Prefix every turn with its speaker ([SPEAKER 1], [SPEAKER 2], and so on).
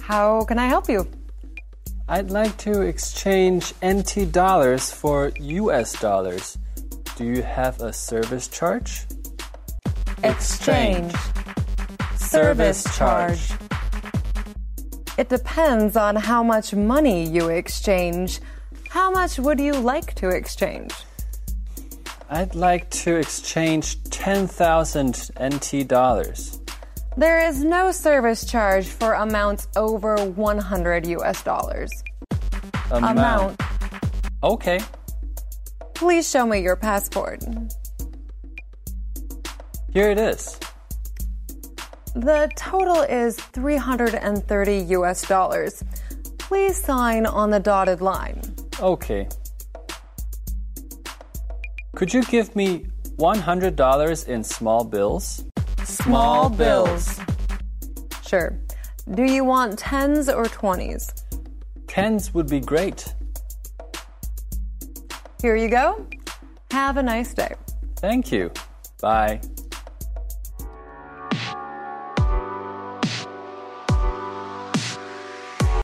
[SPEAKER 1] How can I help you?
[SPEAKER 2] I'd like to exchange NT dollars for US dollars. Do you have a service charge?
[SPEAKER 1] Exchange. Service charge. It depends on how much money you exchange. How much would you like to exchange?
[SPEAKER 2] I'd like to exchange 10,000 NT dollars.
[SPEAKER 1] There is no service charge for amounts over 100 US dollars. Amount.
[SPEAKER 2] Okay.
[SPEAKER 1] Please show me your passport.
[SPEAKER 2] Here it is.
[SPEAKER 1] The total is 330 US dollars. Please sign on the dotted line.
[SPEAKER 2] Okay. Could you give me $100 in small bills?
[SPEAKER 1] Small bills. Sure. Do you want tens or twenties?
[SPEAKER 2] Tens would be great.
[SPEAKER 1] Here you go. Have a nice day.
[SPEAKER 2] Thank you. Bye.